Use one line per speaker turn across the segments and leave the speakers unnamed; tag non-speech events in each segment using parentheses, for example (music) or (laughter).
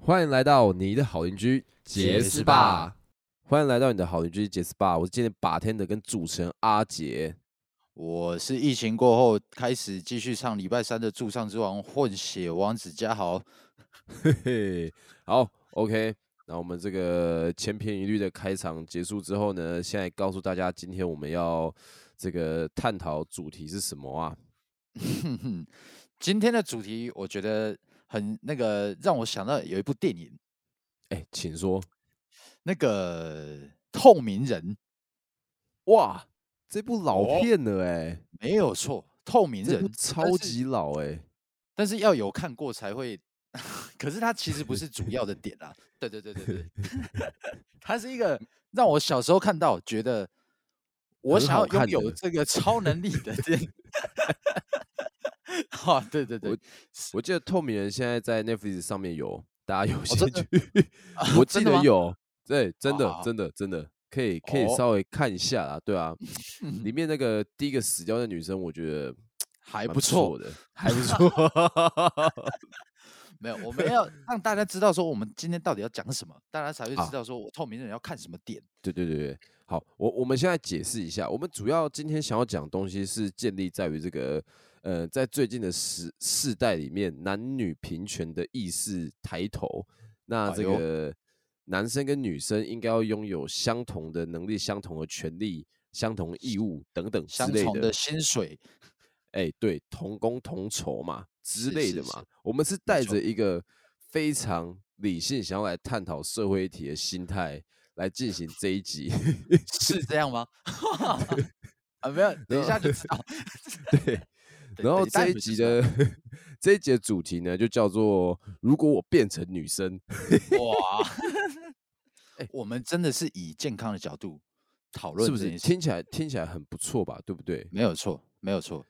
欢迎来到你的好邻居
杰斯霸，
欢迎来到你的好邻居杰斯霸，我是今天把天的跟主持人阿杰。 (laughs)
我是疫情过后开始继续上礼拜三的驻唱之王混血王子嘉豪。 (laughs)
嘿嘿，好，OK。那我们这个千篇一律的开场结束之后呢，现在告诉大家，今天我们要这个探讨主题是什么啊？
今天的主题我觉得很那个，让我想到有一部电影，
哎，请说。
那个《透明人》，
哇，这部老
哦
片了哎、
没有错，《透明
这
人
部》超
(laughs) 但是
级老哎、
但是要有看过才会。 (laughs) 可是它其实不是主要的点啊。对对对对对，
(laughs)
(laughs) 它是一个让我小时候看到
(laughs)
觉得我
嗯很
想
好
要拥
看
有
的
这个超能力的电 (laughs) 影。啊，对对对，
我记得《透明人》现在在 Netflix 上面有，大家有兴
哦真
趣
的，啊
我
真
记
的
得
吗
有，对，真的
好，
真的，真的可以可以
哦
稍微看一下啦，对
(laughs)
啊，里面那个第一个死掉的女生，我觉得
还
还
不错。
的，还不错， (laughs)
没有，我们要让大家知道说我们今天到底要讲什么，大家才会
好
知道说我透明人要看什么点。
对对对对，好，我我们现在解释一下，我们主要今天想要讲的东西是建立在于这个呃，在最近的时世代里面，男女平权的意识抬头，那
哎
这
呦
个男生跟女生应该要拥有相同的能力、相同的权利、相同义务等等之
相
类
同
的
的。薪水，
哎、对，同工同酬嘛之
是
类
是
的
是
嘛，我们是带
错
着一个非常理性，想要来探讨社会议题的心态来进行这一集。
是
(laughs)
这样吗？啊，没有，等一下就知道。
对，
(laughs) 对
然后
等下
这
你
一
们就
集
知道
的这一集的主题呢，就叫做“如果我变成女生
哇
(laughs) 哎，
我们真的是以健康的角度讨”，论
是不
这
是
件事，
听起来听起来很不错吧？对不对？
没有错，没
(laughs)
有错，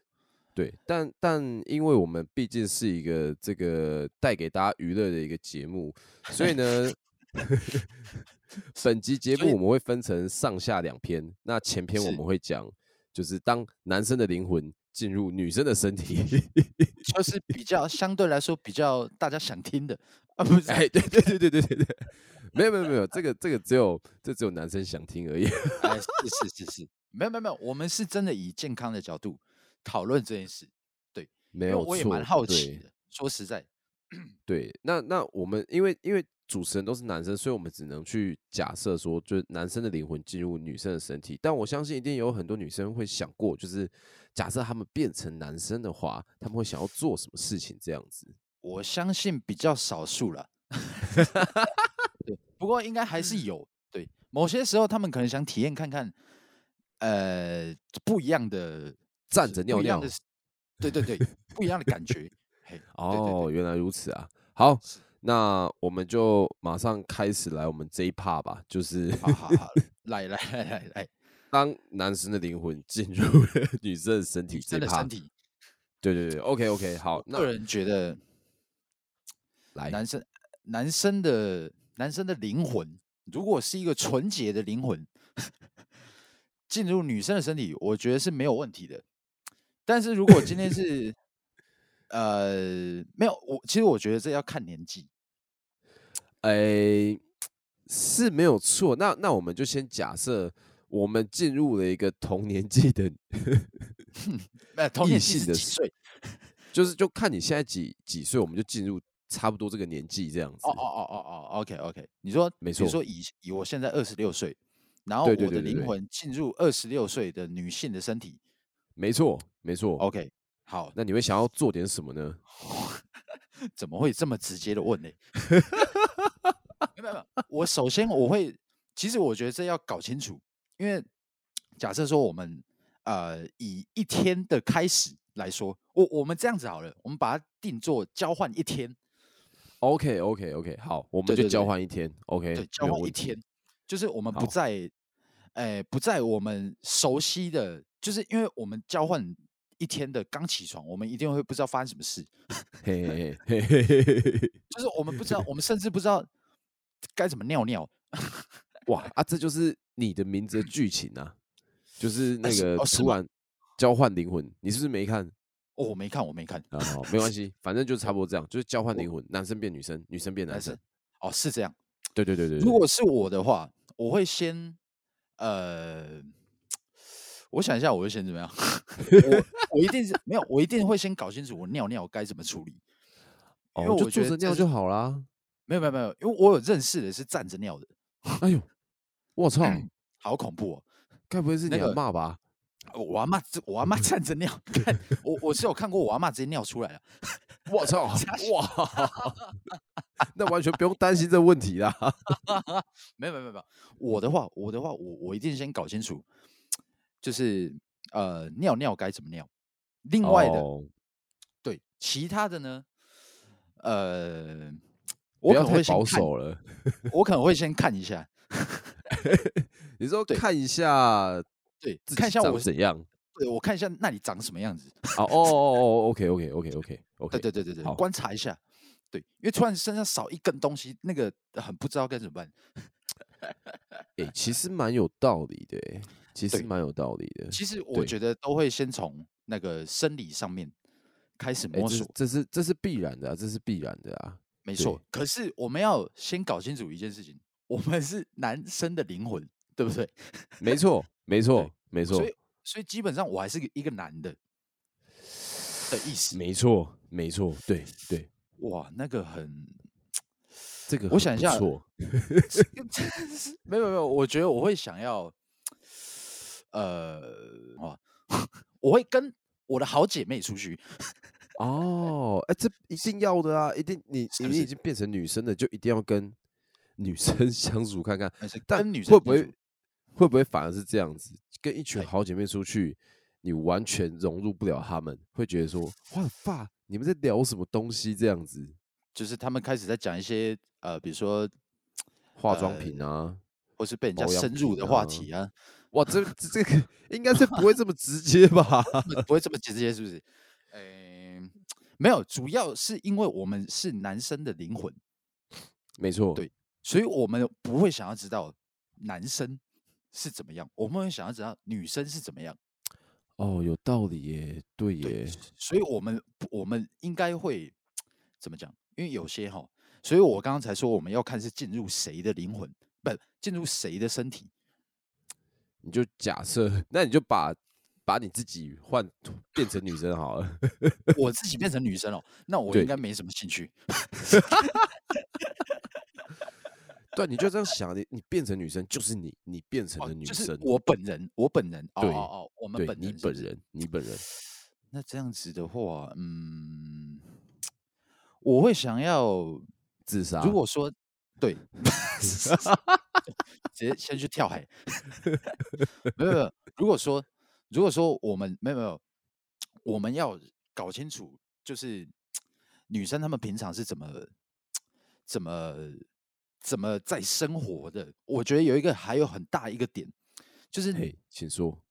对，但但因为我们毕竟是一个这个带给大家娱乐的一个节目，所以呢， (laughs) 本集节
所以
目我们会分成上下两篇。那前篇我
是
们会讲，就是当男生的灵魂进入女生的身
(laughs)
体，
就是比较相对来说比较大家想听的啊，不是？
哎，对对对对对对对，没有没有没有，这个这个只有这只有男生想听而已。 (laughs)
哎，是是是是，没有没有没有，我们是真的以健康的角度讨论这件事，
没
因为
有
我也
错
蛮好奇
对
的。说实在，
对，那那我们因为因为主持人都是男生，所以我们只能去假设说，就是男生的灵魂进入女生的身体。但我相信一定有很多女生会想过，就是假设他们变成男生的话，他们会想要做什么事情这样子。
我相信比较少数了。 (laughs) 对，不过应该还
嗯
是有。对，某些时候他们可能想体验看看，呃，不一样的
站
是
着尿
不一样
尿
的是，对对对，不一样的感觉。
(laughs)
嘿，对对
哦，
对
原来如此啊！好，那我们就马上开始来我们这一 part 吧，就是
好好好，来来来来哎来，
(laughs) 当男生的灵魂进入了 (laughs) 女生的身体这
真
一
的
part
身。体，
对对对，OK OK，好，那
个人觉得
来
男生男生的男生的灵魂，如果是一个纯洁的灵魂， (laughs) 进入女生的身体，我觉得是没有问题的。但是如果今天是呃没有，我其实我觉得这要看年纪。
诶，是没有错。那那我们就先假设我们进入了一个同年纪的，
呃，同
异
年纪
性
是
的
几
事
岁？
就是就看你现在几几岁，我们就进入差不多这个年纪这样子。
哦哦哦哦哦，OK OK，你说
没
比
错
如说以以我现在二十六岁，然后
对
我
对对
的
对
灵
对
魂进入二十六岁的女性的身体
没错，没错。
，OK，好，
那你会想要做点什么呢？
怎么会这么直接的问呢？
(laughs)
没有没有，没有我首先我会，其实我觉得这要搞清楚，因为假设说我们呃以一天的开始来说，我我们这样子好了，我们把它定做交换一天，
OK OK OK，好，我们
对
就
对
交
对
换一天。OK，
对，交
没有
换一
问题
天，就是我们
好
不在，呃，不在我们熟悉的，就是因为我们交换一天的刚起床，我们一定会不知道发生什么事，
嘿嘿嘿嘿嘿嘿嘿嘿。
就是我们
(laughs)
不知道，我们甚至不知道该怎么尿尿。
哇啊，这就是你的名字的剧情啊！就是那
但是
个
哦是
突
吗
然交换灵魂，你是不是没看？
哦，我没看，我没看，
啊，好没关系，反正就差不多这样，就是交换
我
灵魂，男生变女生，女生变男
但
生
是。哦是这样。
对对对对，
如
对
果是我的话，我会先呃，我想一下，我会先怎么样？
(laughs)
我我一定是没有，我一定会先搞清楚我尿尿该怎么处理。因为
哦，
我
就
觉
坐
得
着
这
尿
是
就好啦。
没有没有没有，因为我有认识的是站着尿的，
哎呦，我操，
好恐怖哦！
该不会是你
嗯那
阿
个
骂
(laughs)
吧？
我阿妈，我阿妈
(laughs)
站着尿，看我我是有看过我阿妈直接尿出来了。
我操，啊哇，那完全不用担心这问题
(laughs)
啦。
(laughs) 没有没有没有没有，我的话我的话我我一定先搞清楚，就是呃尿尿该怎么尿。另外的、
哦
对其他的呢，呃，
不
我可
要
能
太
会先
保
看，
守了。
我可能会先看一下，
你说
对
看一下
对
自，
看一
己
下
长
我是
怎
(laughs)
样？
对我看一下那里长什么样子。
啊，哦哦哦，OK OK OK OK
对
OK，
对对对对
好，
观察一下。对，因为突然身上少一根东西，那个很不知道该怎么办。
哎，其实蛮有道理的欸，其实
嗯对
蛮有道理的。
其实我
对
觉得都会先从那个生理上面开始
哎，
摸
这
索
是，这是这是必然的啊，这是必然的
(laughs)
啊。
没
对
错。可是我们要先搞清楚一件事情，我们是男生的灵魂，对不对？
没错，没错，没错
所，以，所以基本上我还是一个男的的意思。
没错，没错，对对，
哇，那
(laughs)
个很，
这个
我
很
想一
不
下
错
没有没有，我觉得我会想要，呃，哇，我会跟我的好姐妹出去，
哦，哎，这一定要的啊，一定你
是
你
不
已
是
经变成女生了，就一定要跟女生 (laughs) 相处看看，
还是
但
跟女生
会不
相
会
处
会不会反而是这样子，跟一群
哎
好姐妹出去，你完全融入不了她们，会觉得说哇发你们在聊什么东西这样子，
就是他们开始在讲一些呃，比如说，
化妆品啊，
或是被人家
保养
深入
品
的话
啊
题啊，
哇这这这个应该是不会这么直接吧？
不不会这么直接，是不是？诶、没有，主要是因为我们是男生的灵魂，
(laughs) 没错，
对所以我们不会想要知道男生是怎么样，我们会想要知道女生是怎么样。
哦，有道理耶，对
对
耶，，
所以我们我们应该会怎么讲？因为有些哈，所以我刚刚才说我们要看是进入谁的灵魂，不进入谁的身体。
你就假设， (laughs) 那你就把把你自己换变成女生好了。 (laughs)
我自己变成女生哦，那我
对
应该没什么兴趣。
对，啊你就这样想，你你变成女生就是你，你变成了
哦，
女
就
生，
是我本人，我本人，哦
对
哦哦，我们
对
本人
你
是不
本
是。
人，你本人，
那这样子的话，嗯，我会想要
自杀。
如果说
(laughs)
对，直接先去跳海， (laughs) 没有没有。如果说如果说我们没有没有，我们要搞清楚，就是女生她们平常是怎么怎么怎么在生活的。我觉得有一个还有很大一个点，就是
嘿，请说。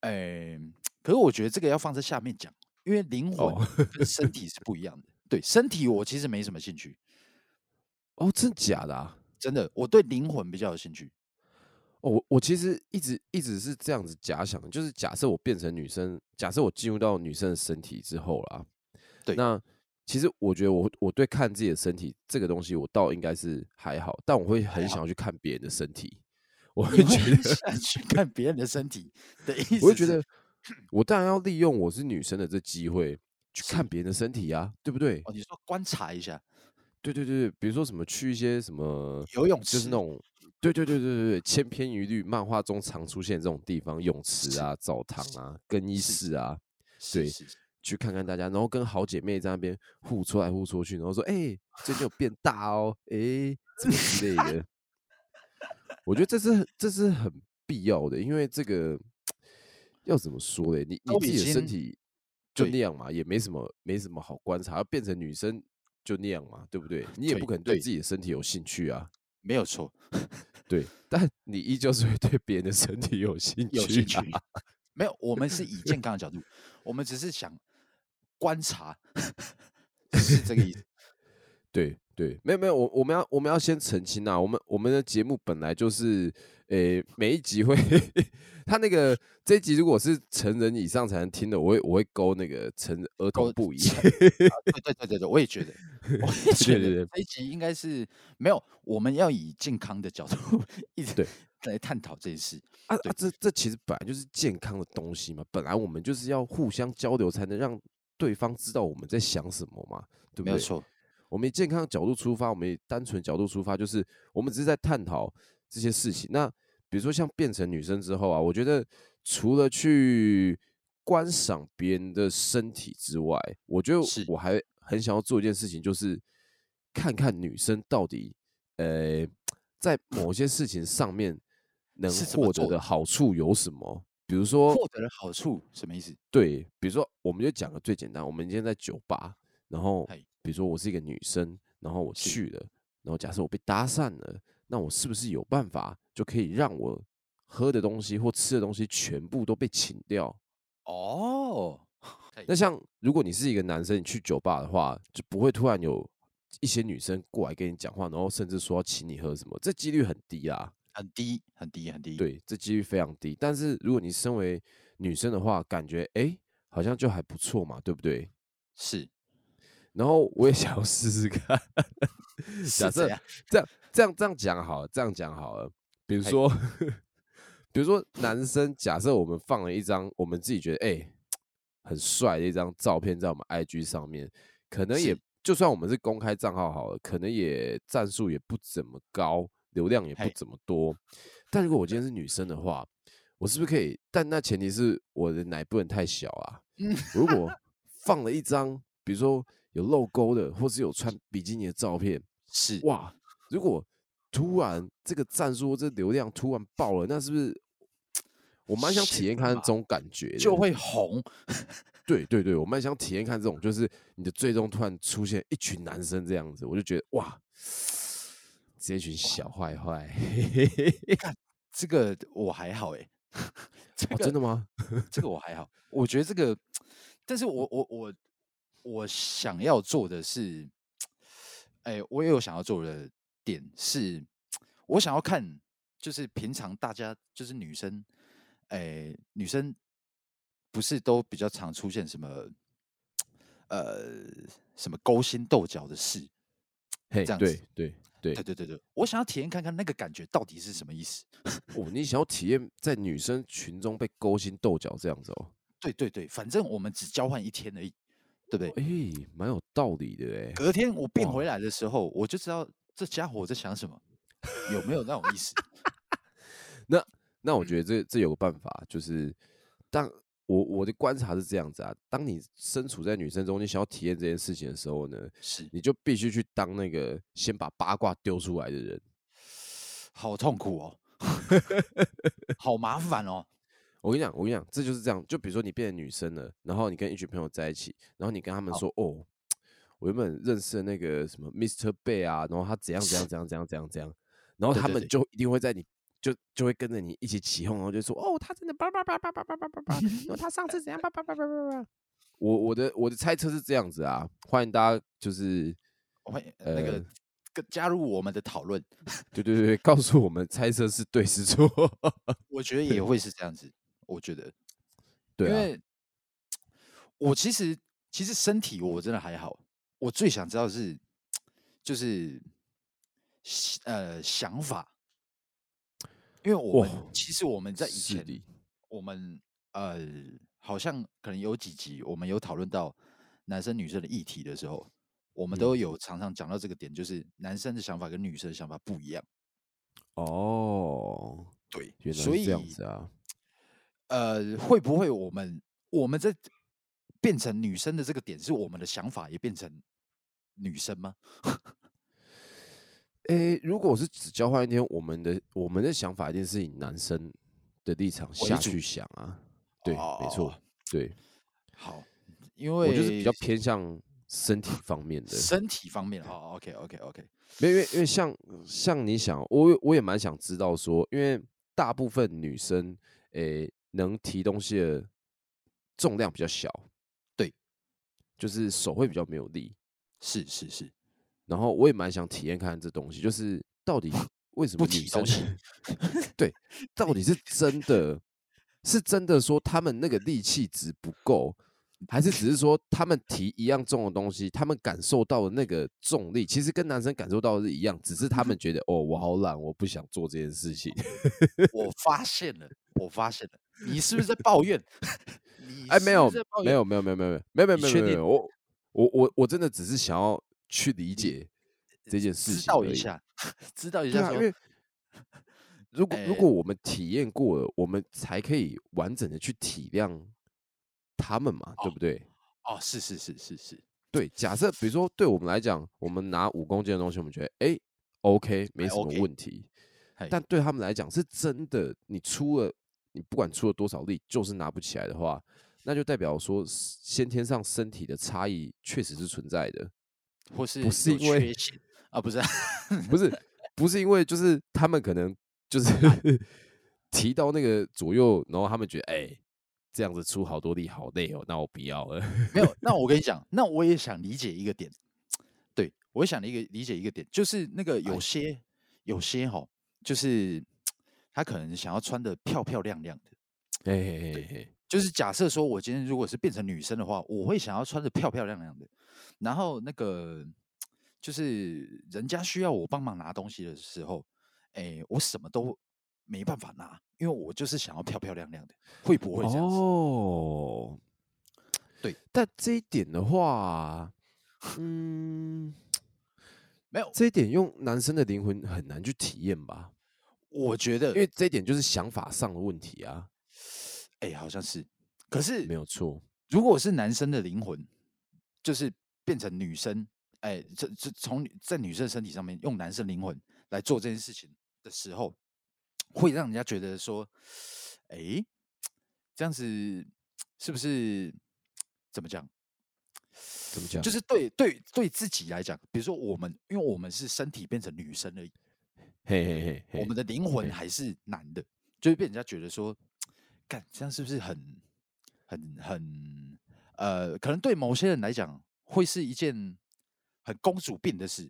哎、可是我觉得这个要放在下面讲，因为灵魂
哦
跟身体是不一样的。对身体，我其实没什么兴趣。
哦，真假的啊？
真的，我对灵魂比较有兴趣。
哦，我我其实一直一直是这样子假想，就是假设我变成女生，假设我进入到女生的身体之后啦，
对
那其实我觉得我我对看自己的身体这个东西，我倒应该是还好，但我会很
还好
想要去看别人的身体，我会
你会
觉
很
得
想
(laughs)
去看别人的身体的意思是？嗯
我会觉得，我当然要利用我是女生的这机会去
是
看别人的身体啊，对不对？
哦，你说观察一下
对对对，比如说什么去一些什么，
游泳
就
池，
是那种，对对对对对对，千篇一律，漫画中常出现这种地方，泳池
是
啊、澡堂啊、更衣
是
室啊，
是
对
是是
去看看大家，然后跟好姐妹在那边互戳来互戳去，然后说：“哎、最
(laughs)
近有变大哦，哎、怎么之类的。”我觉得这是很这是很必要的，因为这个要怎么说嘞？你你
都
自
已
己的身
经
体就
对
那样嘛，也没什么没什么好观察，要变成女生就那样嘛，对不对？你也
对
不可能对
对
自己的身体有兴趣啊，
没有错，
对。但你依旧是会对别人的身体有兴趣、啊，
有兴趣。 (laughs) 没有，我们是以健康的角度，我们只是想观察，是这个意思。
啊对对，没有没有，我我们要我们要先澄清啊，我们我们的节目本来就是，诶、每一集会， (laughs) 他那个这一集如果是成人以上才能听的，我会我会勾那个成人儿童
勾
不宜。
对对对对对，我也
(laughs)
觉得，我也觉
对
得
对
这一集应该是没有，我们要以健康的角度 (laughs) 一直
对
来探讨这件事。
啊啊，这这其实本来就是健康的东西嘛，本来我们就是要互相交流，才能让对方知道我们在想什么嘛，对
没
不
有
对？
错，
我们以健康的角度出发，我们以单纯角度出发，就是我们只是在探讨这些事情。那比如说像变成女生之后啊，我觉得除了去观赏别人的身体之外，我觉得
是
我还很想要做一件事情，就是看看女生到底呃在某些事情上面能
是怎么
获得
做
的
的
好处有什么。比如说，
获得了好处什么意思？
对，比如说，我们就讲个最简单，我们今天在酒吧，然后
嘿
比如说我是一个女生，然后我
是
去了，然后假设我被搭讪了，那我是不是有办法就可以让我喝的东西或吃的东西全部都被请掉？
哦，可以
那像如果你是一个男生，你去酒吧的话，就不会突然有一些女生过来跟你讲话，然后甚至说要请你喝什么，这几率很低啦。
很低很低很低。，
对，这几率非常低。但是如果你身为女生的话，感觉哎、诶好像就还不错嘛，对不对？
是
然后我也想要试试看。 (laughs)
是
假
这
设
样
这样这样这样讲好了，这样讲好了。比如
嘿
说， (laughs) 比如说男生，假设我们放了一张我们自己觉得哎、很帅的一张照片在我们 IG 上面，可能也
是
就算我们是公开账号好了，可能也战术也不怎么高，流量也不
嘿
怎么多。但如果我今天是女生的话，我是不是可以？但那前提是我的奶不能太小
(laughs)
啊。
嗯
如果放了一张，比如说有露沟的，或是有穿比基尼的照片，
是
哇！如果突然这个战术这流量突然爆了，那是不是我蛮想
是
体验看看
嘛
这种感觉的？
就会红。
对对对，我蛮想体验看这种，就是你的最终突然出现一群男生这样子，我就觉得哇，这群小坏坏，
这个我还好哎、 (laughs) 这
哦，
个
真的吗？
这个我还好，我觉得这个，但是我我我我想要做的是，哎，我也有想要做的点是，我想要看，就是平常大家就是女生，哎，女生不是都比较常出现什么，呃，什么勾心斗角的事？
嘿，
这样
对
子
对对
对，对对对，我想要体验看看那个感觉到底是什么意思。
哦，你想要体验在女生群中被勾心斗角这样子哦？
对对对，反正我们只交换一天而已，对不对？
诶，蛮有道理的欸诶。
隔天我变
哦哇哦
回来的时候，我就知道这家伙在想什么，有没有那种意思？
那我觉得这这有个办法，就是当我我的观察是这样子啊，当你身处在女生中，你想要体验这件事情的时候呢，
是，
你就必须去当那个先把八卦丢出来的人。
好痛苦哦，好麻烦哦，
我跟你讲，我跟你讲，这就是这样。就比如说你变成女生了，然后你跟一群朋友在一起，然后你跟他们
好
说，哦，我原本认识的那个什么 Mr. Bay 啊，然后他怎样怎样
是
怎样怎样怎样怎样，然后
对
他
对
们
对
就一定会在你。就就会跟着你一起起哄，然后就说哦，他真的叭叭叭叭叭叭叭叭叭，然后他上次怎样叭叭叭叭叭叭。我我的我的猜测是这样子啊，欢迎大家就是
我会呃那个
呃
跟加入我们的讨论，
对对对，告诉我们猜测是对是错。 (laughs)
我觉得也会是这样子，我觉得，
对
因
啊，
为我其实其实身体我真的还好，我最想知道的是就是想呃想法，因为我们
哇
其实我们在以
是
前
的
我们呃，好像可能有几集我们有讨论到男生女生的议题的时候，我们
嗯
都有常常讲到这个点，就是男生的想法跟女生的想法不一样。
哦，
对，
原来
所
是
以
这样子啊。
呃，会不会我们我们在变成女生的这个点，是我们的想法也变成女生吗？
诶，如果是只交换一天，我们的我们的想法一定是以男生的立场
为
下
主
去想啊。对，没错
哦，
对
好，因
我
为
就是比较偏向身体方面的，
身体方面哦，OK OK OK，
没有因为因为像像你想，我也我也蛮想知道说，因为大部分女生诶、能提东西的重量比较小，
对，
就是手会比较没有力，
是是是，
(laughs)
(laughs)
然后我也蛮想体验看看这东西，就是到底为什么
不
女
提
生
东西
(laughs) 对，到底是真的是真的说他们那个力气值不够，还是只是说他们提一样重的东西，他们感受到的那个重力其实跟男生感受到的是一样，只是
(laughs)
他们觉得哦，我好懒，我不想做这件事
哦
情。
我发现了，我发现了，你是不是在抱怨？ (laughs) 你
哎，
是
没
不
有
是在抱
没
怨
有没有没有没有没有没有
你
没有
确
没有没
定
有，我我我我真的只是想要去理解这件事
呃知
情
道
而
一
已。
下， (laughs) 知道一
对
下
啊，
说，
因为如果如
哎
果我们体验过了，我们才可以完整的去体谅他们嘛，对
哦
不对？
哦，是是是是是，
对，假设比如说对我们来讲，我们拿五公斤的东西，我们觉得哎、OK 没
还
什么
哎 OK
问题，
嘿
但对他们来讲是真的，你出了你不管出了多少力，就是拿不起来的话，那就代表说先天上身体的差异确实是存在的。
或是
不是
有
因为
缺陷啊，不是啊
不是不是因为就是他们可能就是 (laughs) 提到那个左右，然后他们觉得哎、这样子出好多力好累哦，那我不要了。 (laughs)
没有。那我跟你讲，那我也想理解一个点，对我想理个理解一个点，就是那个
哎
有些有些哈，就是他可能想要穿的漂漂亮亮的，
哎嘿嘿嘿
就是假设说我今天如果是变成女生的话，我会想要穿的漂漂亮亮的，然后那个就是人家需要我帮忙拿东西的时候，哎，我什么都没办法拿，因为我就是想要漂漂亮亮的，会不会这样子？
哦，
对，
但这一点的话，嗯，
没有，
这一点用男生的灵魂很难去体验吧，
我觉得
因为这一点就是想法上的问题啊，
哎、好像是。可是
没有错。
如果是男生的灵魂，就是变成女生，哎、这这从女在女生身体上面用男生灵魂来做这件事情的时候，会让人家觉得说，哎、这样子是不是怎么讲？
怎么讲？
就是对对对自己来讲，比如说我们，因为我们是身体变成女生而已，
嘿嘿嘿嘿，
我们的灵魂
嘿
还是男的，就会被人家觉得说，干这样是不是很、很、很呃，可能对某些人来讲会是一件很公主病的事。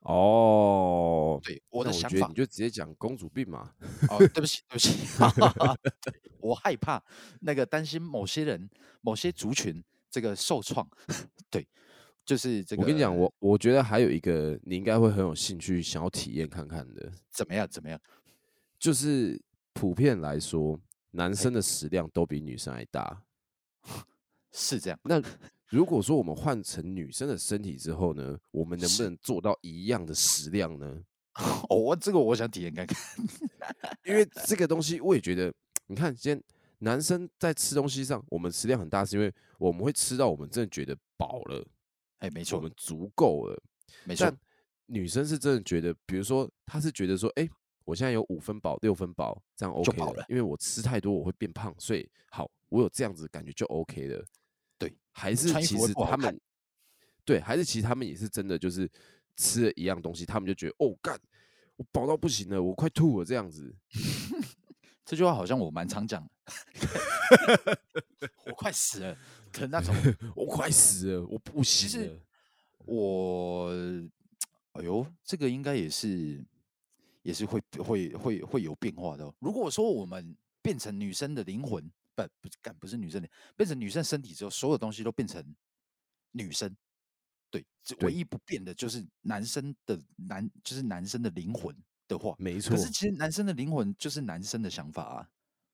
哦，
对我
那
的
我
想
觉得
法
你，就直接讲公主病嘛。
哦，对不起，对不起，对我害怕那个担心某些人、某些族群这个受创。 (laughs) 对，就是这个。
我跟你讲，我我觉得还有一个你应该会很有兴趣想要体验看看的，
怎么样？怎么样？
就是普遍来说，男生的食量都比女生还大。
是这样， (laughs)
那如果说我们换成女生的身体之后呢，我们能不
是
能做到一样的食量呢？
哦，我这个我想体验看看。 (laughs)
因为这个东西，我也觉得，你看，今天男生在吃东西上，我们食量很大，是因为我们会吃到我们真的觉得饱了，
哎，没
我
错，
们足够了。
没错
但，女生是真的觉得，比如说，她是觉得说，哎、我现在有五分饱、六分饱，这样 OK
饱
的
了
因为我吃太多我会变胖，所以好，我有这样子感觉就 OK 的。
对，
还是
穿衣
其
服会
实
不好
他
看
们，对，还是其实他们也是真的就是吃了一样东西，他们就觉得，哦，干，我饱到不行了，我快吐了这样子。
这句话好像我蛮常讲的，
(laughs)
我快死了的那种。
我快死了，我不行
实
了。
我，哎呦，这个应该也是，也是会会会会有变化的哦、如果说我们变成女生的灵魂，不不是干不是女生的，变成女生身体之后，所有东西都变成女生。对，这唯
对
一不变的就是男生的男，就是男生的灵魂的话。
没错
可，是其实男生的灵魂就是男生的想法啊。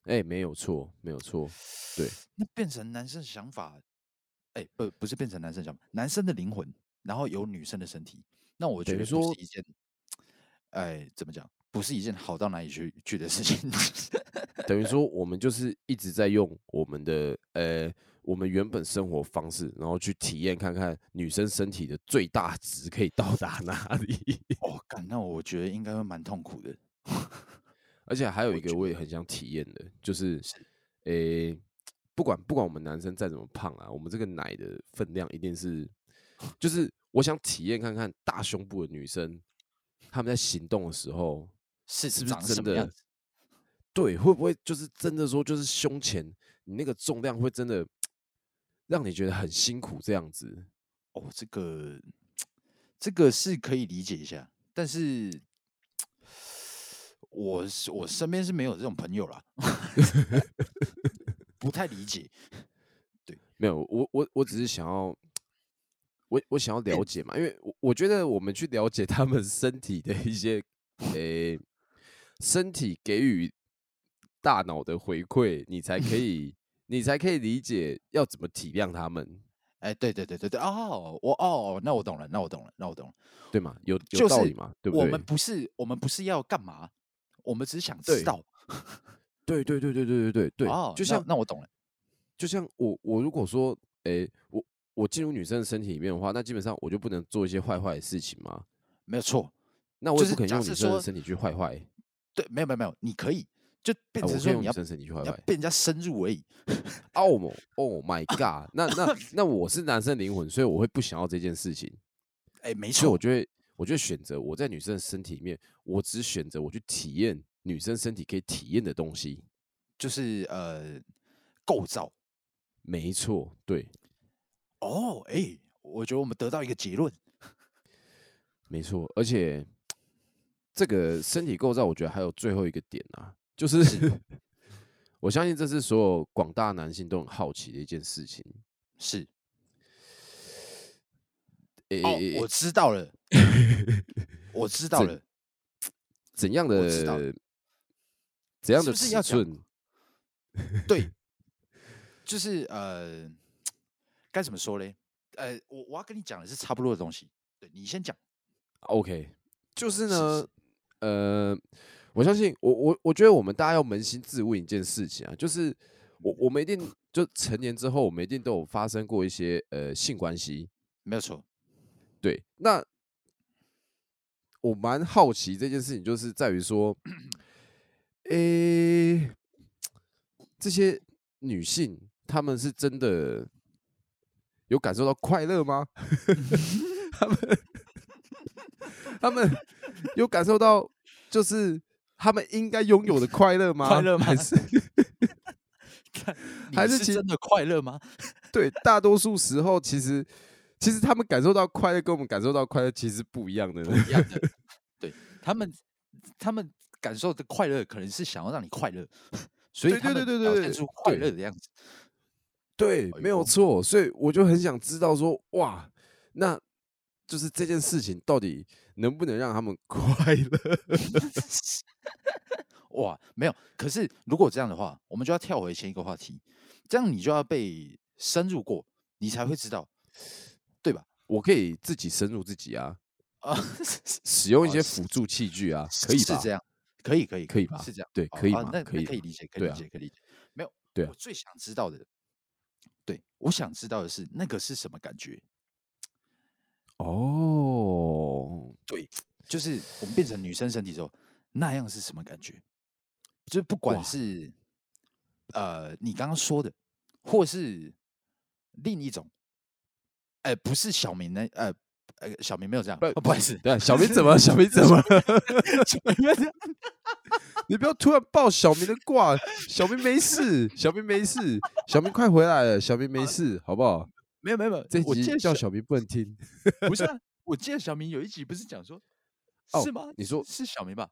哎、没有错，没有错，对，
那变成男生想法，哎、不，不是变成男生想法，男生的灵魂，然后有女生的身体，那我觉
等于
得不
说
是一件，哎、怎么讲，不是一件好到哪里去去的事情。 (laughs)
等于说我们就是一直在用我们的呃我们原本生活方式，然后去体验看看女生身体的最大值可以到达哪里。 (laughs)
哦，干，那我觉得应该会蛮痛苦的。
而且还有
我
一个
觉
我也
得
很想体验的，就是
是
诶、不管不管我们男生再怎么胖啊，我们这个奶的分量一定是，就是我想体验看看大胸部的女生她们在行动的时候，
是
是不是
长什
真
么样
的
子？
对，会不会就是真的说，就是胸前你那个重量会真的让你觉得很辛苦这样子？
哦，这个，这个是可以理解一下，但是我是我身边是没有这种朋友啦， (laughs) 不太理解。
没有，我我我只是想要，我我想要了解嘛，因为我我觉得我们去了解他们身体的一些，诶、身体给予大脑的回馈，你才 (laughs) 可以，你才可以理解要怎么体谅他们，
哎，对对对对对，哦，我哦，那我懂了，那我懂了，那我懂了。
对吗？有有
就
道
是
理嘛，对
我
不
们
对？
不是我们不是要干嘛，我们只是想
对
知道。
对对对对对对对对，
哦，
就
那
像
那我懂了。
就像我我如果说，诶、我我进入女生的身体里面的话，那基本上我就不能做一些坏坏的事情嘛，
没有错，
那我
就
也不
是
可能
假
用女
设
生的
说
身体去坏坏，
对，没有没有没有，你可以就
啊
变
我
成
可以
说
用
你
女
要
生身体去坏
要
坏。
被人家深入而已。
哦么，Oh my God！那
(laughs)
那那我是男生灵魂，所以我会不想要这件事情，
哎，没
所以我
错，
就会我就会选择我在女生的身体里面，我只选择我去体验女生身体可以体验的东西。
就是呃，构造。
没错，对，
哦，哎，我觉得我们得到一个结论。
没错，而且这个身体构造，我觉得还有最后一个点啊，就是 (laughs)
是
我相信这是所有广大男性都很好奇的一件事情。
是
诶、
哦
诶，
我知
(laughs)
道了，我知道
这
了。
怎样
我知道
的怎样
是
的
不是
尺
要讲
寸？
对，就是呃，该怎么说嘞？呃，我我要跟你讲的是差不多的东西。对你先讲，
OK，就是
是
呢，
是
呃，我相信我我我觉得我们大家要扪心自问一件事情啊，就是我我们一定就成年之后，我们一定都有发生过一些呃性关系。
没有错。
对，那我蛮好奇这件事情，就是在于说，诶、这些女性她们是真的有感受到快乐吗？ (laughs) 她们她们有感受到就是她们应该拥有的快乐吗？
乐
还
吗
是
你
还是
是
其
真的快乐吗？
对，大多数时候其实其实她们感受到快乐跟我们感受到快乐其实不一样的呢。
一样的，对他们，他们感受的快乐可能是想要让你快乐，所以
对
他
对
们
对对
表
对
现
对
出快
对
乐的样子。
对，
哎
没有
呦
错，所以我就很想知道说，哇，那就是这件事情到底能不能让他们 (laughs) 快乐？
哇，没有。可是如果这样的话，我们就要跳回前一个话题，这样你就要被深入过，你才会知道， (laughs) 对吧？
我可以自己深入自己啊，
啊，
使用一
哦
些
是
辅助器具啊，可以
是
吧
这？样，可以，可以，
可以吧
是这样，
对，
哦
可以
啊
吗？
那
可
那
以
可以
吧，
理解，可以
对
理
啊
解，可以理解。没有，
对啊
我最想知道的，对我想知道的是那个是什么感觉？
哦，
对，就是我们变成女生身体之后，那样是什么感觉？就是不管
哇
是呃你刚刚说的，或是另一种，呃，不是小明呢，呃呃，小明没有这样，
不
哦不好
(laughs)
意思，
对啊，小
(laughs)
明怎么了？小明怎么了？ (laughs)
小明 (laughs) 没有这样，
你不要突然爆小明的卦，小明没事，小明没事，小明快回来了，小明没事，好不好？
没有没有没有，
这
啊我记
集
得
叫
小
小明不能听。 (laughs)
不是、啊，我记得小明有一集不是讲说，
哦
是吗？
你说
是小明吧？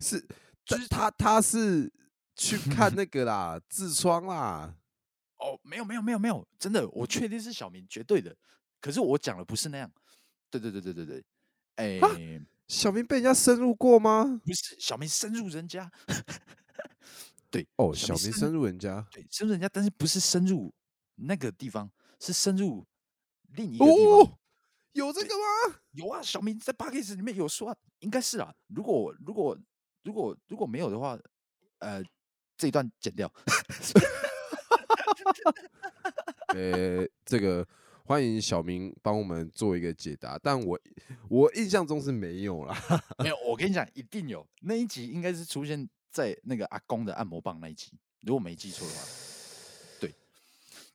是，就是他他是去看那个啦，痔疮啦，
哦，没有没有没有没有，真的，我确定是小明，绝对的。可是我讲的不是那样，对对对对对对，哎、
小明被人家深入过吗？
不是小明深入人家，对
哦，小
小明
明
深
深入人家，
对，深入人家，但是不是深入那个地方，是深入另一个地方。
哦，有这个吗？
有啊，小明在 p a c k a g e 里面有说啊，应该是啊。如果如果如果如果没有的话，呃，这一段剪掉。
呃，这个欢迎小明帮我们做一个解答，但我我印象中是没有啦。
没有，我跟你讲，一定有那一集应该是出现在那个阿公的按摩棒那一集，如果没记错的话。对，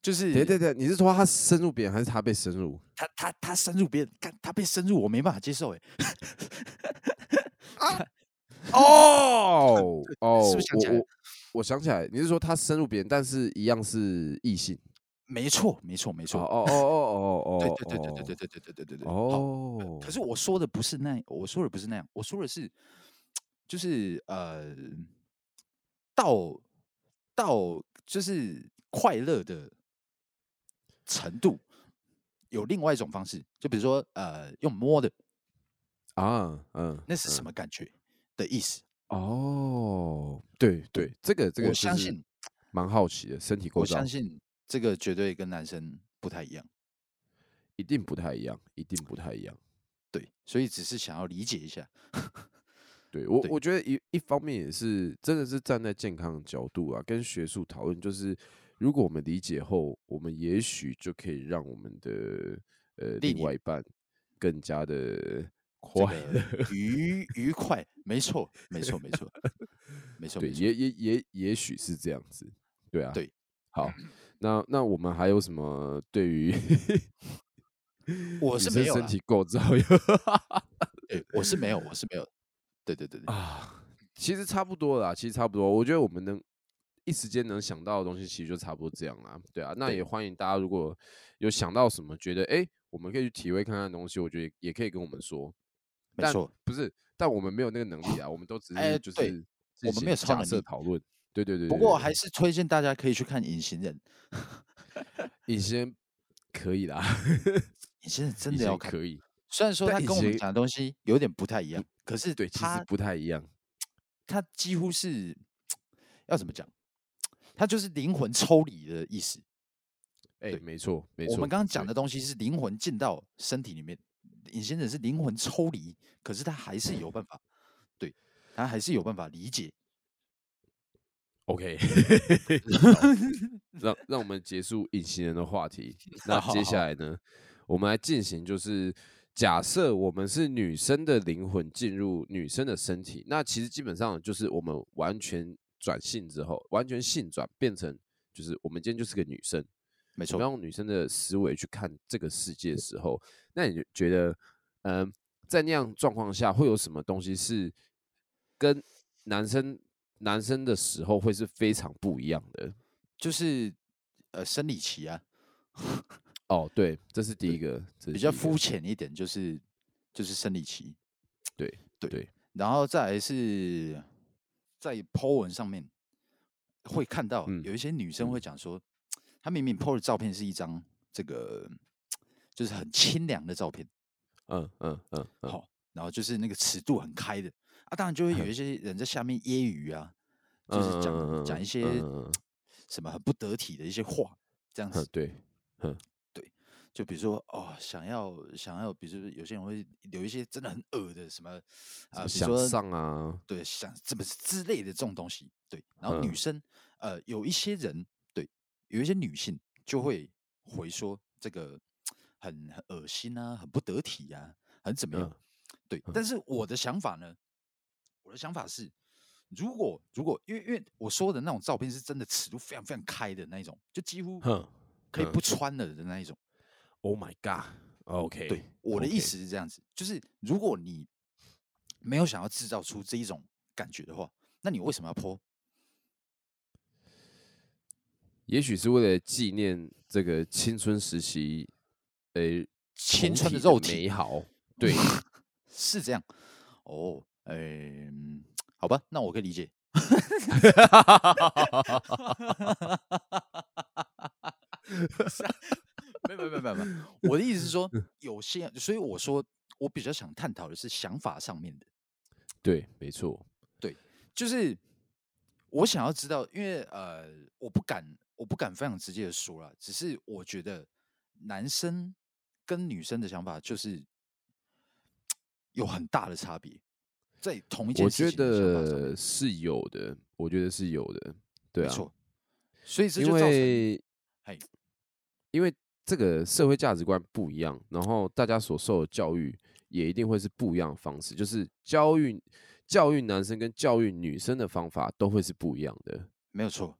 就是
对对 (laughs) 对，你是说他深入别人，还是他被深入？
他他他深入别人，干他被深入，我没办法接受哎、
(laughs) 哦哦，
是不是想起
我
来了
我我想起来，你是说他深入别人，但是一样是异性？
没错，没错，没
哦
错。
哦哦 (laughs) 哦哦
对
哦，
对对对
哦
对对对对对对对对。好，
哦
可是我说的不是那，我说的不是那样，我说的是，就是呃，到到就是快乐的程度，有另外一种方式，就比如说呃，用摸的，
啊，嗯，
那是什
嗯？
么感觉的意思？
哦，对对，这个这个
我
就
相
是
信
蛮好奇的，身体构
我
造
相信这个绝对跟男生不太一样，
一定不太一样，一定不太一样。
对，所以只是想要理解一下，
对我，
对
我觉得一一方面也是，真的是站在健康的角度啊，跟学术讨论，就是如果我们理解后，我们也许就可以让我们的呃
另
另
一
外一半更加的
这
快乐。
个愉愉快，没错，没错，没
(laughs)
错，没错，
对，
没错。
也也也也许是这样子，对啊，
对，
好，那那我们还有什么对于 (laughs)
我
女
是
生
没有
身
啦，
体构造 (laughs) 有
对，我是没有， (laughs) 我是没有。对对对对，
啊？其实差不多啦，其实差不多，我觉得我们能一时间能想到的东西，其实就差不多这样啦，对啊，那
对
也欢迎大家如果有想到什么觉得哎、诶我们可以去体会看看的东西，我觉得也也可以跟我们说，
没
但
错，
不是，但我们没有那个能力啊，我们都只
哎
是就
对
是
我
进
们没有
行
超
假
能
设
力
讨论，对对对
不
对
过
对
还是推荐大家可以去看《隐形人》，
隐形人可以啦，
隐形人
(laughs)
真
隐形
的哦要
人
看。
可以，
虽然说
但
他
隐
跟我
形
们
人
讲的东西有点不太一样，可是
对，其实
他
不太一样。
他几乎是要怎么讲？他就是灵魂抽离的意思。
哎、
对
没错，没错。
我们刚刚讲
对
的东西是灵魂进到身体里面，隐形人是灵魂抽离，可是他还是有办法，对他还是有办法理解。 (laughs)
，OK，让让我们结束隐形人的话
(laughs)
题。那
好
接
好
下来呢，我们来进行就是假设我们是女生的灵魂进入女生的身体，那其实基本上就是我们完全转性之后，完全性转变成就是我们今天就是个女生，
没
我
错
们，要用女生的思维去看这个世界的时候，那你就觉得，嗯、在那样状况下会有什么东西是跟男生男生的时候会是非常不一样的？
就是呃生理期啊，
哦，对，这是第一个，这是
比较
第一个
肤浅一点，就是就是生理期，
对
对
对，
然后再来是在 po 文上面会看到
嗯
有一些女生会讲说，她明明 po 的照片是一张这个就是很清凉的照片，
嗯嗯嗯嗯，
好、然后就是那个尺度很开的啊，当然就会
(laughs)
有一些人在下面揶揄啊，就是讲、
嗯嗯
讲一
嗯
些
嗯嗯
什么很不得体的一些话，这样
嗯
子，
对，
就比如说哦，想要想要，比如说有些人会留一些真的很恶的什么
什
啊，
么
比如
想
说
上啊，
对，像这么之类的这种东西，对。然后女
嗯
生，呃，有一些人，对，有一些女性就
嗯
会回说这个很很恶心啊，很不得体啊，很怎么样
嗯？
对。
嗯
但是我的想法呢，我的想法是，如果如果因为因为我说的那种照片是真的尺度非常非常开的那一种，就几乎
哼
可以
嗯
不穿了的那一种。
，Oh my God，OK，、
对，我的意
OK
思是这样子，就是如果你没有想要制造出这一种感觉的话，那你为什么要泼？
也许是为了纪念这个青春时期，诶、红
青春的
体的
肉体
美好，对，
是这样。哦，嗯，好吧，那我可以理解。 (laughs) 啊没有没有没有没有没有，我的意思是说，有些，所以我说我比较想探讨的是想法上面的，
对，没错，
就是我想要知道，因为呃，我不敢，我不敢非常直接的说了，只是我觉得男生跟女生的想法就是有很大的差别，在同一件
我
事
觉
情的想法上面
得是有的，我觉得是有的，对
没
啊，
错，所以这
因
就造成，
为
嘿，
因为这个社会价值观不一样，然后大家所受的教育也一定会是不一样的方式，就是教育教育男生跟教育女生的方法都会是不一样的，
没有错，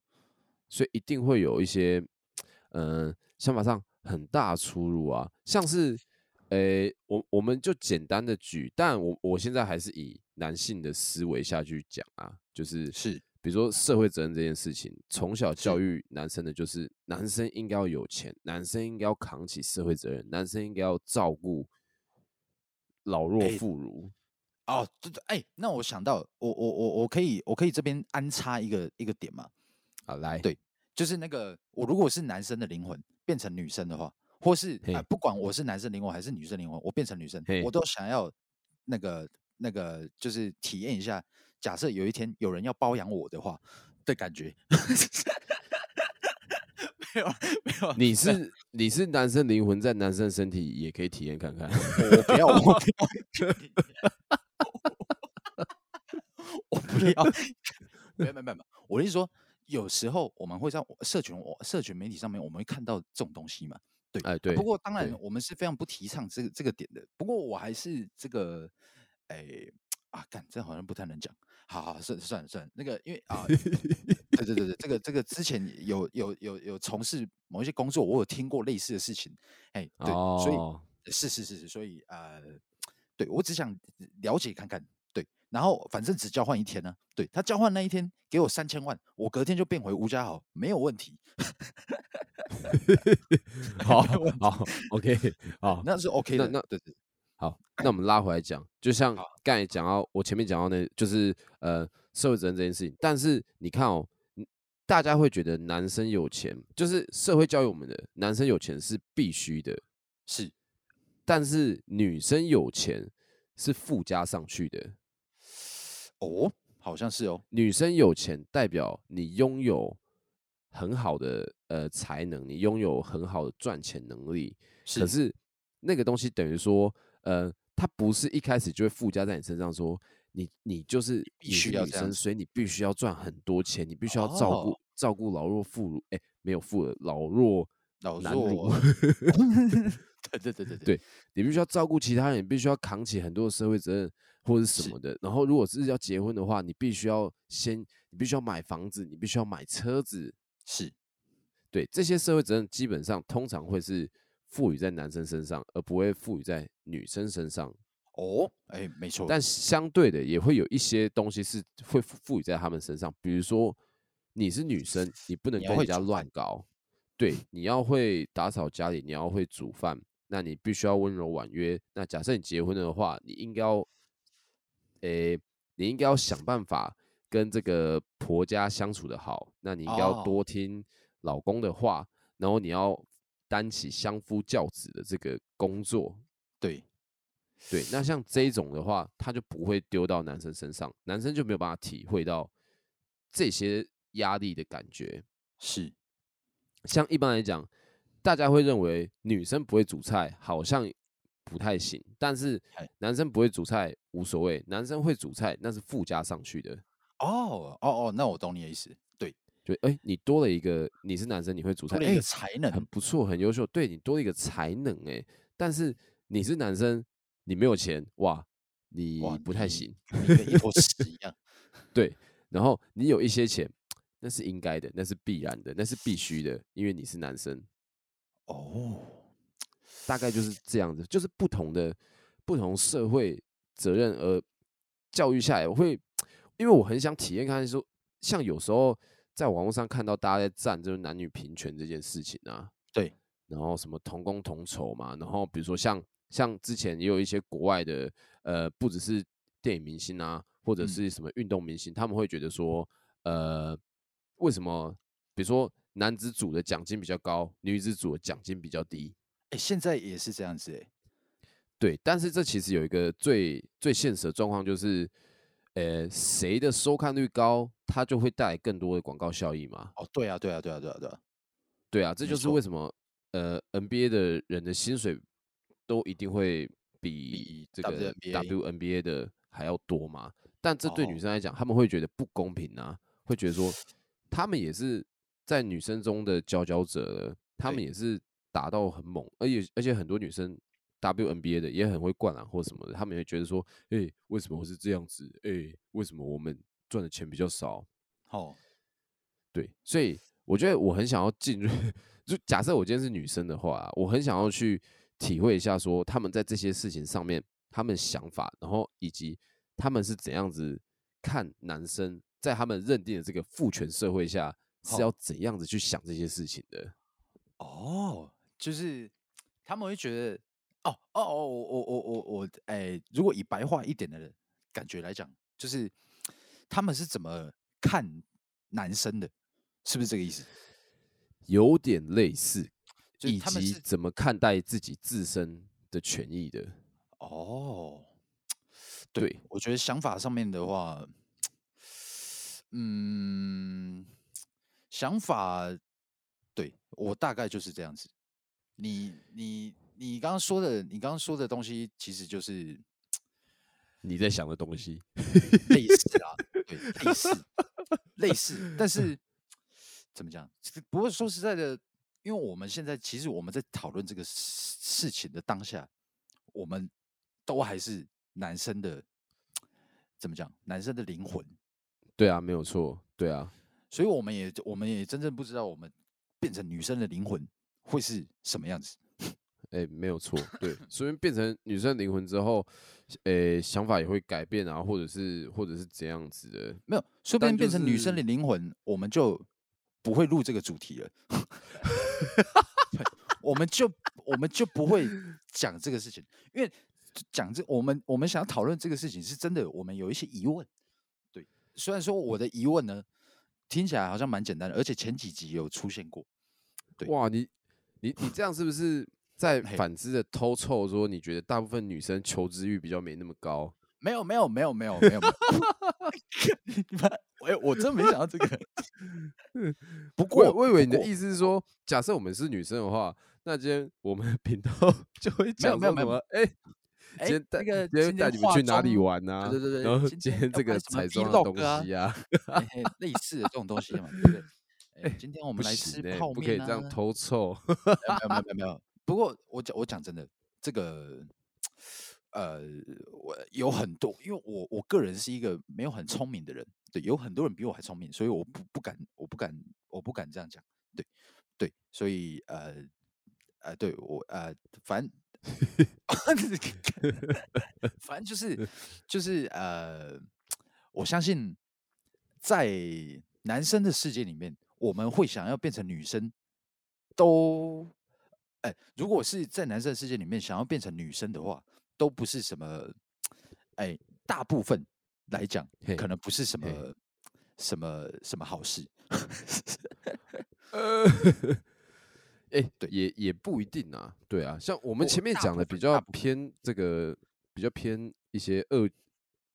所以一定会有一些，呃，想法上很大出入啊。像是，诶、我我们就简单的举，但我我现在还是以男性的思维下去讲啊，就是
是
比如说社会责任这件事情，从小教
是
育男生的就是男生应该要有钱，男生应该要扛起社会责任，男生应该要照顾老弱
诶
妇孺。
哦，对对，哎，那我想到，我我我我可以我可以这边安插一个一个点嘛，
好，来，
对就是那个我如果是男生的灵魂变成女生的话，或是啊、
嘿
不管我是男生灵魂还是女生灵魂，我变成女生，
嘿
我都想要那个那个就是体验一下，假设有一天有人要包养我的话的感觉。没有啊没有啊，
你是你是男生灵魂在男生身体也可以体验
(laughs)
看看，
我不要，我不要我不要， (laughs) 没有没有没有，我的意思说，有时候我们会在我社群我社群媒体上面，我们会看到这种东西嘛。对，
哎
啊
对
不过当然
对，
我们是非常不提倡这个这个点的。不过我还是这个，哎啊，干，这好像不太能讲。好好，算算了算了，那个因为啊，对对对对，这个这个之前有有有有从事某一些工作，我有听过类似的事情。哎，对，所以
哦
是是是是，所以呃，对我只想了解看看，对，然后反正只交换一天呢、啊对他交换那一天给我三千万，我隔天就变回吴家豪，没有问题，
好好，OK，好，
那是 OK
哦那
的。
那
对对，
好，那我们拉回来讲，就像
好
刚才讲到，我前面讲到那，就是呃，社会责任这件事情。但是你看哦，嗯大家会觉得男生有钱，就是社会教育我们的，男生有钱是必须的，
是
但是女生有钱是附加上去的。
哦，好像是哦，
女生有钱代表你拥有很好的呃才能，你拥有很好的赚钱能力，
是
可是那个东西等于说，呃，它不是一开始就会附加在你身上说，你你就是
必
你是
须要
女
这样
生，
子
所以你必须要赚很多钱，你必须要照顾、
哦
照顾老弱妇孺，哎、没有妇孺老弱
老
男
弱，
乳，(laughs)
对对对对
对你必须要照顾其他人，你必须要扛起很多的社会责任或者什
是
么的。然后如果是要结婚的话，你必须要先，你必须要买房子，你必须要买车子，
是
对这些社会责任，基本上通常会是赋予在男生身上，而不会赋予在女生身上。
哦，哎，没错，
但相对的，也会有一些东西是会赋赋予在他们身上，比如说你是女生，你不能
你要
跟
会
人家
煮饭
乱搞，对，你要会打扫家里，你要会煮饭，那你必须要温柔婉约。那假设你结婚的话，你应该要，诶、你应该要想办法跟这个婆家相处的好，那你应该要
哦
多听老公的话，然后你要担起相夫教子的这个工作，
对，
对，那像这一种的话，他就不会丢到男生身上，男生就没有办法体会到这些压力的感觉。
是
像一般来讲，大家会认为女生不会煮菜好像不太行，但是
哎
男生不会煮菜无所谓，男生会煮菜那是附加上去的。
哦哦哦，那我懂你的意思，对，
就哎、你多了一个，你是男生，你会煮菜，
多了
哎、
一个才
很
能，
不错，很优秀，对你多了一个才能、哎，但是你是男生，你没有钱，哇，你
哇
不太
你
行。
你跟一坨
(laughs)
屎一样，
对，然后你有一些钱，那是应该的，那是必然的，那是必须的，因为你是男生，
哦，
大概就是这样子，就是不同的不同社会责任而教育下来，我会因为我很想体验看看说，像有时候在网络上看到大家在站就是男女平权这件事情啊，
对，
然后什么同工同酬嘛，然后比如说像像之前也有一些国外的呃，不只是电影明星啊，或者
嗯
是什么运动明星，他们会觉得说，呃，为什么比如说男子组的奖金比较高，女子组的奖金比较低？
哎，现在也是这样子，哎，
对，但是这其实有一个最最现实的状况就是，呃，谁的收看率高，它就会带来更多的广告效益嘛。
哦，对啊，对啊，对啊，对啊，对啊，
对啊，这
没
就是
错
为什么呃 NBA 的人的薪水都一定会比这个
WNBA
WNBA 的还要多嘛。但这对女
哦
生来讲，她们会觉得不公平啊，会觉得说她们也是在女生中的佼佼者了，她
对
们也是打到很猛，而且而且很多女生 WNBA 的也很会灌篮或什么的，她们也觉得说，哎、为什么我是这样子？哎、为什么我们赚的钱比较少？
哦，
对，所以我觉得我很想要进入，就假设我今天是女生的话啊、我很想要去体会一下，说他们在这些事情上面，他们想法，然后以及他们是怎样子看男生，在他们认定的这个父权社会下是
好
要怎样子去想这些事情的。
哦，就是他们会觉得，哦哦哦，我我我我我，哎、如果以白话一点的感觉来讲，就是他们是怎么看男生的，是不是这个意思？
有点类似，
就是
以
他们
及
是
怎么看待自己自身的权益的。
哦，
对，
我觉得想法上面的话，嗯，想法对我大概就是这样子。你你你刚刚说的，你刚刚说的东西，其实就是
你在想的东西，
类似啊，对，类似，类似，但是怎么讲？这个不过说实在的，因为我们现在其实我们在讨论这个事事情的当下，我们都还是男生的，怎么讲？男生的灵魂，
对啊，没有错，对啊，
所以我们也我们也真正不知道我们变成女生的灵魂会是什么样子。
哎、没有错，对，所以变成女生灵魂之后，诶、想法也会改变啊，或者是或者是怎样子的，
没有，说不
但
定变
就
成女生
是
的灵魂，我们就不会录这个主题
(laughs)
了。对我们就我们就不会讲这个事情，因为讲这我们我们想要讨论这个事情是真的，我们有一些疑问。对，虽然说我的疑问呢听起来好像蛮简单的，而且前几集有出现过。对
哇，你你你这样是不是在
嘿
反之的偷臭说，你觉得大部分女生求知欲比较没那么高？
没有没有没有没有没有，没有
(laughs)
你 (laughs) 们我我真没想到这个。不
我
过
我以为你的
过
意思是说，假设我们是女生的话，那今天我们的频道 (laughs) 就会
有
讲
没
说
有没
什
有
么？哎、今
哎
天带、
那个
今天
今
带
天
你们
化
去哪里
妆
玩啊？
对对对
然后
今天要
这
拍
个
什么
彩妆的
vlog
东西啊，
哎
(laughs)
哎类似的这种东西嘛，对不对？哎，今天我
不
们来吃
行哎、
泡面、啊、
不可以这
(laughs)
样哎偷臭。
没有没有没有没有。不过我讲我讲真的，这个呃，我有很多，因为我我个人是一个没有很聪明的人，对，有很多人比我还聪明，所以我不不敢，我不敢，我不敢这样讲，对对，所以呃呃，对我呃，反正 (laughs) 反正就是就是呃，我相信在男生的世界里面，我们会想要变成女生，都，哎、如果是在男生的世界里面想要变成女生的话，都不是什么，哎、大部分来讲
嘿，
可能不是什么
嘿
呃什么什么好事。
(laughs) 呃，哎、
对
也也不一定啊。对啊，像我们
我
前面
大
讲
部
的
分
比较
大部分
偏这个，比较偏一些恶，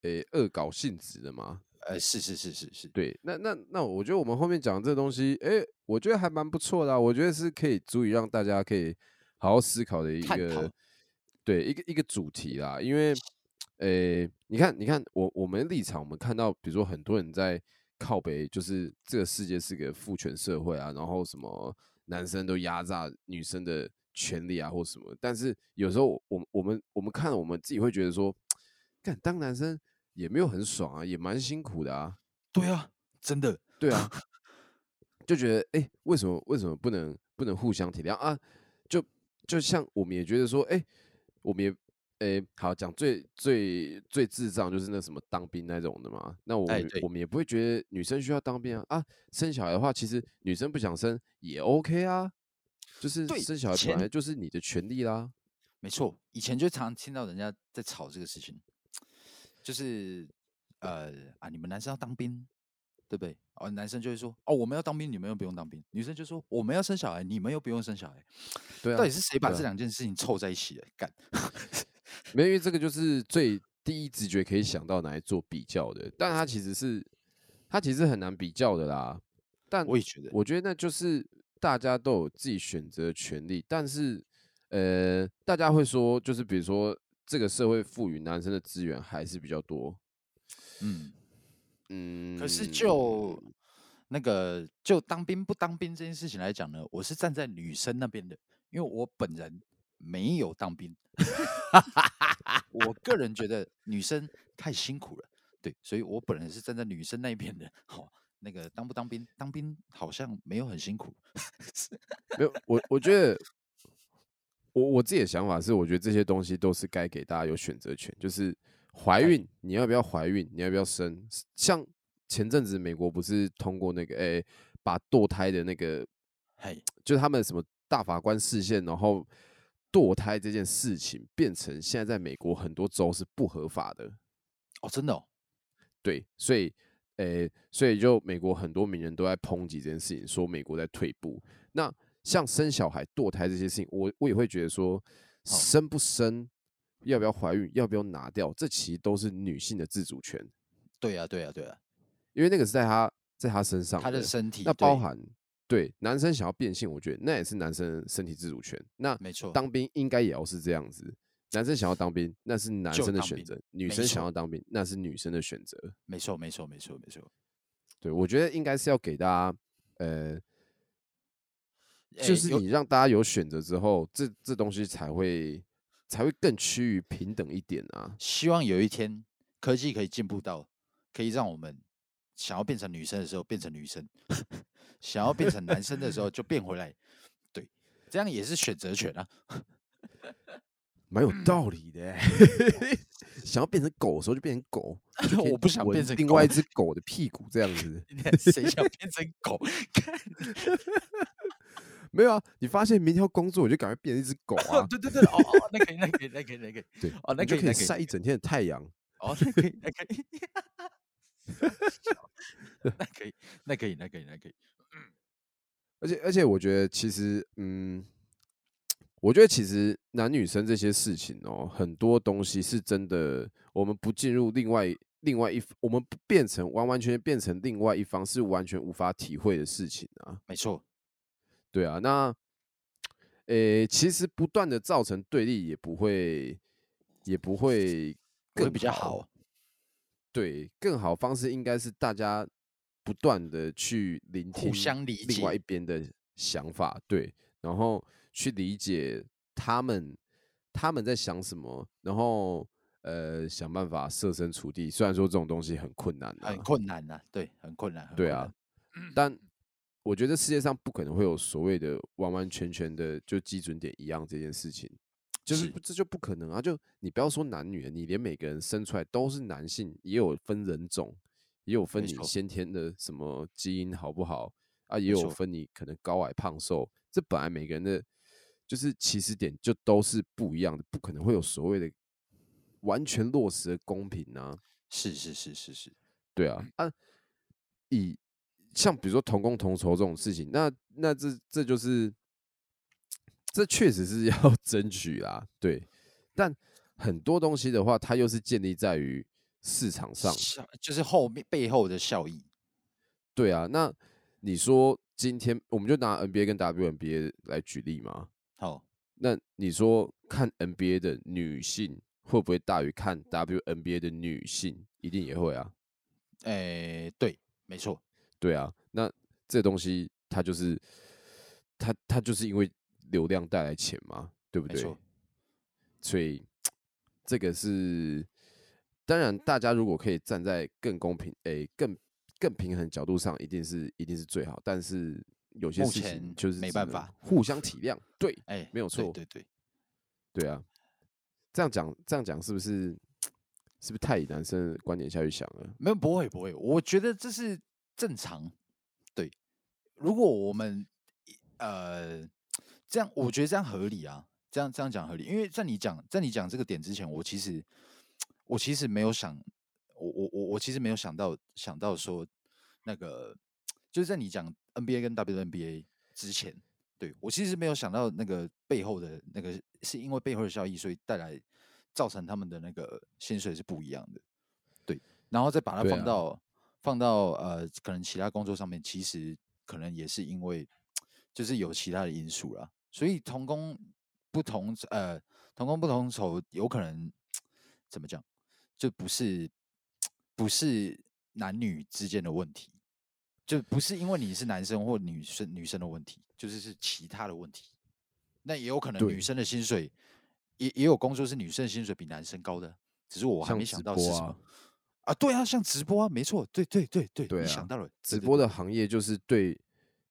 诶、恶搞性质的嘛。
呃，是是是是是，
对，那那那，我觉得我们后面讲的这东西，诶、我觉得还蛮不错的、啊，我觉得是可以足以让大家可以好好思考的一
探讨
个，对，一个一个主题啦。因为，诶、你看，你看，我我们的立场，我们看到，比如说很多人在靠北，就是这个世界是个父权社会啊，然后什么男生都压榨女生的权利啊，或什么。但是有时候我我们我们我们看了，我们自己会觉得说，干当男生也没有很爽啊，也蛮辛苦的啊。
对啊，真的，
对
(laughs)
啊，就觉得哎、诶为什么为什么不能不能互相体谅啊？就就像我们也觉得说，哎、我们也哎、好讲最最最智障就是那什么当兵那种的嘛。那我们、
哎对
我们也不会觉得女生需要当兵啊啊，生小孩的话，其实女生不想生也 OK 啊，就是
对
生小孩
前
本来就是你的权利啦。
没错。以前就常听到人家在吵这个事情，就是呃啊，你们男生要当兵，对不对？哦，男生就会说哦，我们要当兵，你们又不用当兵；女生就说我们要生小孩，你们又不用生小孩。
对啊
到底，是谁把
对
这
啊
两件事情凑在一起的？干，
没有因为这个就是最第一直觉可以想到拿来做比较的，但它其实是它其实很难比较的啦。但
我也觉得，
我觉得那就是大家都有自己选择的权利，但是呃，大家会说，就是比如说这个社会赋予男生的资源还是比较多，
嗯，
嗯，
可是就那个就当兵不当兵这件事情来讲呢，我是站在女生那边的，因为我本人没有当兵， (laughs) 我个人觉得女生太辛苦了，对，所以我本人是站在女生那一边的。好、那个当不当兵，当兵好像没有很辛苦，
没有我，我觉得我我自己的想法是，我觉得这些东西都是该给大家有选择权，就是怀
哎
孕，你要不要怀孕，你要不要生？像前阵子美国不是通过那个诶、把堕胎的那个
嘿，
就是他们什么大法官视线，然后堕胎这件事情变成现在在美国很多州是不合法的。
哦，真的哦，
对，所以，呃，所以就美国很多名人都在抨击这件事情，说美国在退步。那像生小孩、堕胎这些事情，我我也会觉得说，生不生，要不要怀孕，要不要拿掉，这其实都是女性的自主权，
对啊，对啊，对啊，
因为那个是在她在她身上，
他的身体
那包
对
含对男生想要变性，我觉得那也是男生的身体自主权。那
没错，
当兵应该也要是这样子，男生想要当兵，那是男
就
生的
当
选
兵
择；女
没
生想
错
要当兵，那是女生的选择。
没错，没错，没错，没错。
对，我觉得应该是要给大家，呃，
哎
就是
有
你让大家有选择之后，这这东西才会才会更趋于平等一点啊。
希望有一天科技可以进步到可以让我们想要变成女生的时候变成女生，想要变成男生的时候就变回来。对，这样也是选择权啊。
蛮
嗯
有道理的 (laughs) 欸、想要变成狗的时候就变成狗，
(laughs)
就可以
我不想
闻
变成
另
狗
外一只狗的屁股这样子。
谁想变成狗？ (laughs)
没有啊，你发现明天要工作，我就赶快变成一只狗
(laughs)
啊。
对对对，哦哦，那可以，那可以，那可以，那可以。
对，
哦那
你就可
可以
以
那可以
晒一整天的太阳。
哦，那可以，那可以， (laughs) 那可以，那可以，那可以，那可以。
而且而且，我觉得其实，嗯，我觉得其实男女生这些事情哦，很多东西是真的，我们不进入另外另外一，我们不变成完完全全变成另外一方，是完全无法体会的事情啊。
没错，
对啊，那，诶，其实不断的造成对立，也不会，也不会
不会
更
比较好。
对，更好的方式应该是大家不断的去聆
互
听
相理
另外
解
一边的想法，对，然后去理解他们他们在想什么，然后呃想办法设身处地。虽然说这种东西很困难、啊，
很困难呐、对，很困难。很
对
困
啊
难，嗯
但我觉得世界上不可能会有所谓的完完全全的就基准点一样这件事情，就是
是
不这就不可能啊！就你不要说男女了，你连每个人生出来都是男性，也有分人种，也有分
没
你
错
先天的什么基因好不好啊，也
没
有
错
分你可能高矮胖瘦，这本来每个人的就是起始点就都是不一样的，不可能会有所谓的完全落实的公平啊。
是是是是是，
对啊，啊，以像比如说同工同酬这种事情，那那这这就是这确实是要 (laughs) 争取啦，对。但很多东西的话，它又是建立在于市场上，
效就是后面背后的效益。
对啊。那你说今天我们就拿 NBA 跟 WNBA 来举例嘛？
好，
那你说看 NBA 的女性会不会大于看 WNBA 的女性？一定也会啊。
诶、对，没错，
对啊，那这东西它就是它它就是因为流量带来钱嘛，对不
没
对？
错，
所以这个是当然，大家如果可以站在更公平、诶、更更平衡角度上，一定是一定是最好。但是有些
目
事情
前
就是
没
只
办
能
法
互相体谅。对
哎、
没有
对
错
对对
对啊，这样讲这样讲是不是是不是太以男生的观点下去想了？
没有不会不会，我觉得这是正常。对，如果我们呃这样，我觉得这样合理啊，这样这样讲合理。因为在你讲在你讲这个点之前，我其实我其实没有想，我我我我其实没有想到想到说那个就是在你讲 NBA 跟 WNBA 之前，对我其实没有想到那个背后的那个是因为背后的效益，所以带来造成他们的那个薪水是不一样的。然后再把它
对
放
啊
到、放到呃，可能其他工作上面，其实可能也是因为就是有其他的因素啦。所以同工不同呃，同工不同酬，有可能怎么讲，就不是不是男女之间的问题，就不是因为你是男生或女生女生的问题，就是是其他的问题。那也有可能
对
女生的薪水，也也有工作是女生的薪水比男生高的，只是我还
像
没想
直
到是
播
什么
啊。
啊，对啊，像直播啊，没错，对对对对，
对
你想
啊
到了
直
对对
播
对
的行业就是对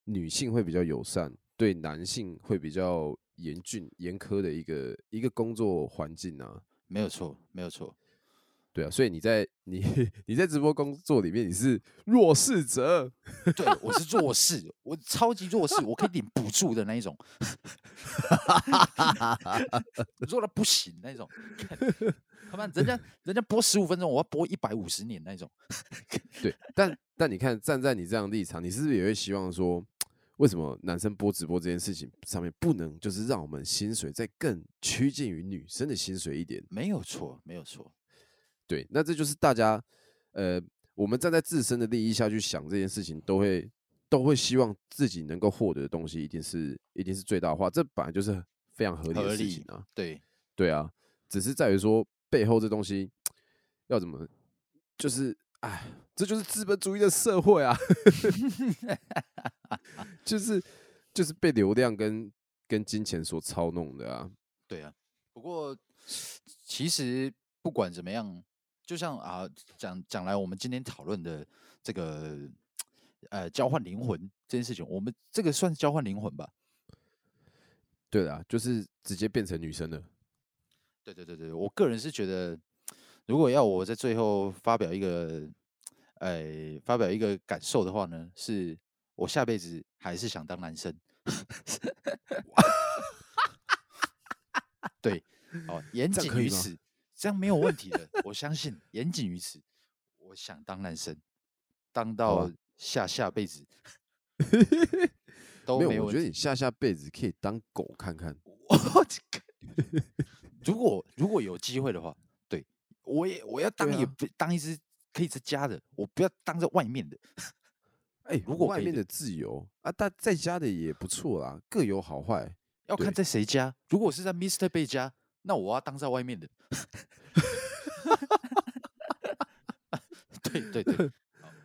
女性会比较友善，对男性会比较严峻、严苛的一个一个工作环境啊。
没有错，没有错，
对啊，所以你在你 (laughs) 你在直播工作里面你是弱势者，
对，我是弱势，我超级弱势，我可以领补助的那一种，弱到不行那一种。看他妈，人家人家播十五分钟，我要播一百五十年那一种。
对，但但你看，站在你这样的立场，你是不是也会希望说，为什么男生播直播这件事情上面不能就是让我们薪水再更趋近于女生的薪水一点？
没有错，没有错，
对，那这就是大家，呃，我们站在自身的利益下去想这件事情，都会都会希望自己能够获得的东西一定是一定是最大化，这本来就是非常合理
合
的事
理
情啊。
对，
对啊，只是在于说背后这东西要怎么，就是哎，这就是资本主义的社会
(laughs)
啊，就是就是被流量跟跟金钱所操弄的啊。
对啊。不过其实不管怎么样，就像啊讲讲来，我们今天讨论的这个呃交换灵魂这件事情，我们这个算是交换灵魂吧？
对啦、就是直接变成女生了。
对对对对，我个人是觉得，如果要我在最后发表一个，呃，发表一个感受的话呢，是我下辈子还是想当男生。 (laughs) 对，哦，严
这样
谨
可以
于
吗
此，这样没有问题的，我相信严谨于此，我想当男生，当
好吧
到下下
(laughs)
辈子都
没
没
有，
有
我
问
觉
题。
得你下下辈子可以当狗看看。
我这个 (laughs) 如果如果有机会的话，对我也我要当
对
也
啊
不当一只可以在家的，我不要当在外面的。
哎、
如果
外
可以
面
的
的自由啊，但在家的也不错啦，各有好坏。
要看
对
在谁家，如果是在 Mr. 贝家，那我要当在外面的。 (laughs) 对对
(laughs)
对，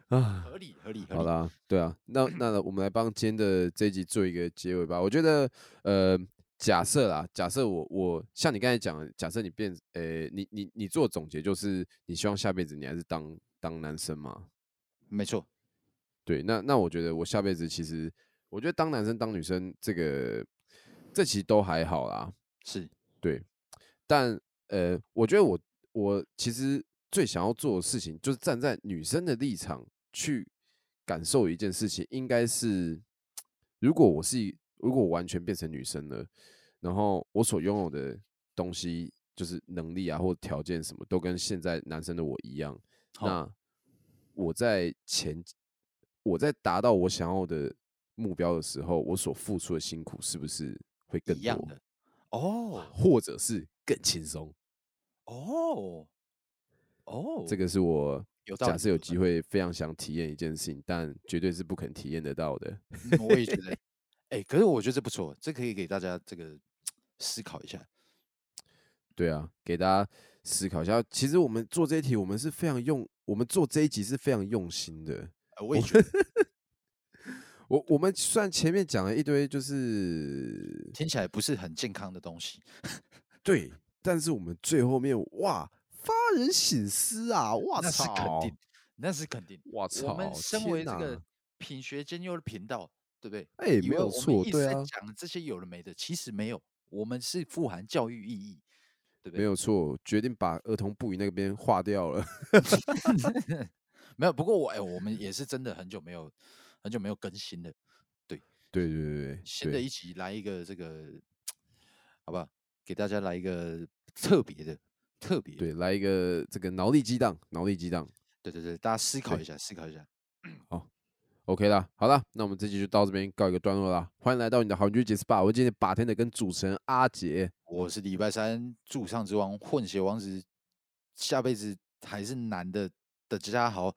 啊，
合理合理合理。
好啦，对啊，那
(clears throat)
那我们来帮今天的这一集做一个结尾吧。我觉得，呃，假设啦，假设我我像你刚才讲的，假设你变，呃，你你你做总结就是，你希望下辈子你还是当当男生嘛？
没错，
对，那那我觉得我下辈子其实，我觉得当男生当女生这个，这其实都还好啦。
是
但呃，我觉得我我其实最想要做的事情，就是站在女生的立场去感受一件事情，应该是如果我是一如果我完全变成女生了，然后我所拥有的东西就是能力啊或条件什么，都跟现在男生的我一样，
好
那我在前我在达到我想要的目标的时候，我所付出的辛苦是不是会更
一样
多？
的。哦
或者是更轻松？
哦哦，
这个是我
有道理。
假设有
道理
机会非常想体验一件事情，但绝对是不可能体验得到的。
嗯我也觉
(laughs)
得，哎、可是我觉得这不错，这可以给大家这个思考一下。
对啊，给大家思考一下。其实我们做这一题，我们是非常用，我们做这一集是非常用心的。
呃我也觉得
我我们虽然前面讲了一堆，就是
听起来不是很健康的东西，
对，但是我们最后面哇，发人省思啊！哇
那是肯
操，
定，那是肯定。
哇操，
我们身
天
为这
哪
个品学兼优的频道，对不对？
哎、
以
没
为
有
我们
错，
一直
对
在
啊，
讲的这些有的没的，其实没有，我们是富含教育意义，对不
没
对？
有错，决定把儿童不宜那边划掉了。 (laughs)
没有。不过我哎、我们也是真的很久没有很久没有更新了。
对对对对，
新的
对
一集来一个这个，好吧，给大家来一个特别的，特别的
对，来一个这个脑力激荡，脑力激荡。
对对对，大家思考
对
一下，思考一下。
OK 啦，好啦，那我们这期就到这边告一个段落啦。欢迎来到你的好邻居杰斯霸，我是今天把天的跟主持人阿杰。
我是礼拜三驻唱之王混血王子，下辈子还是男的的家豪，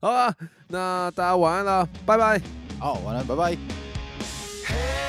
好啦，那大家晚安啦，拜拜。
好，完了，拜拜。
Hey,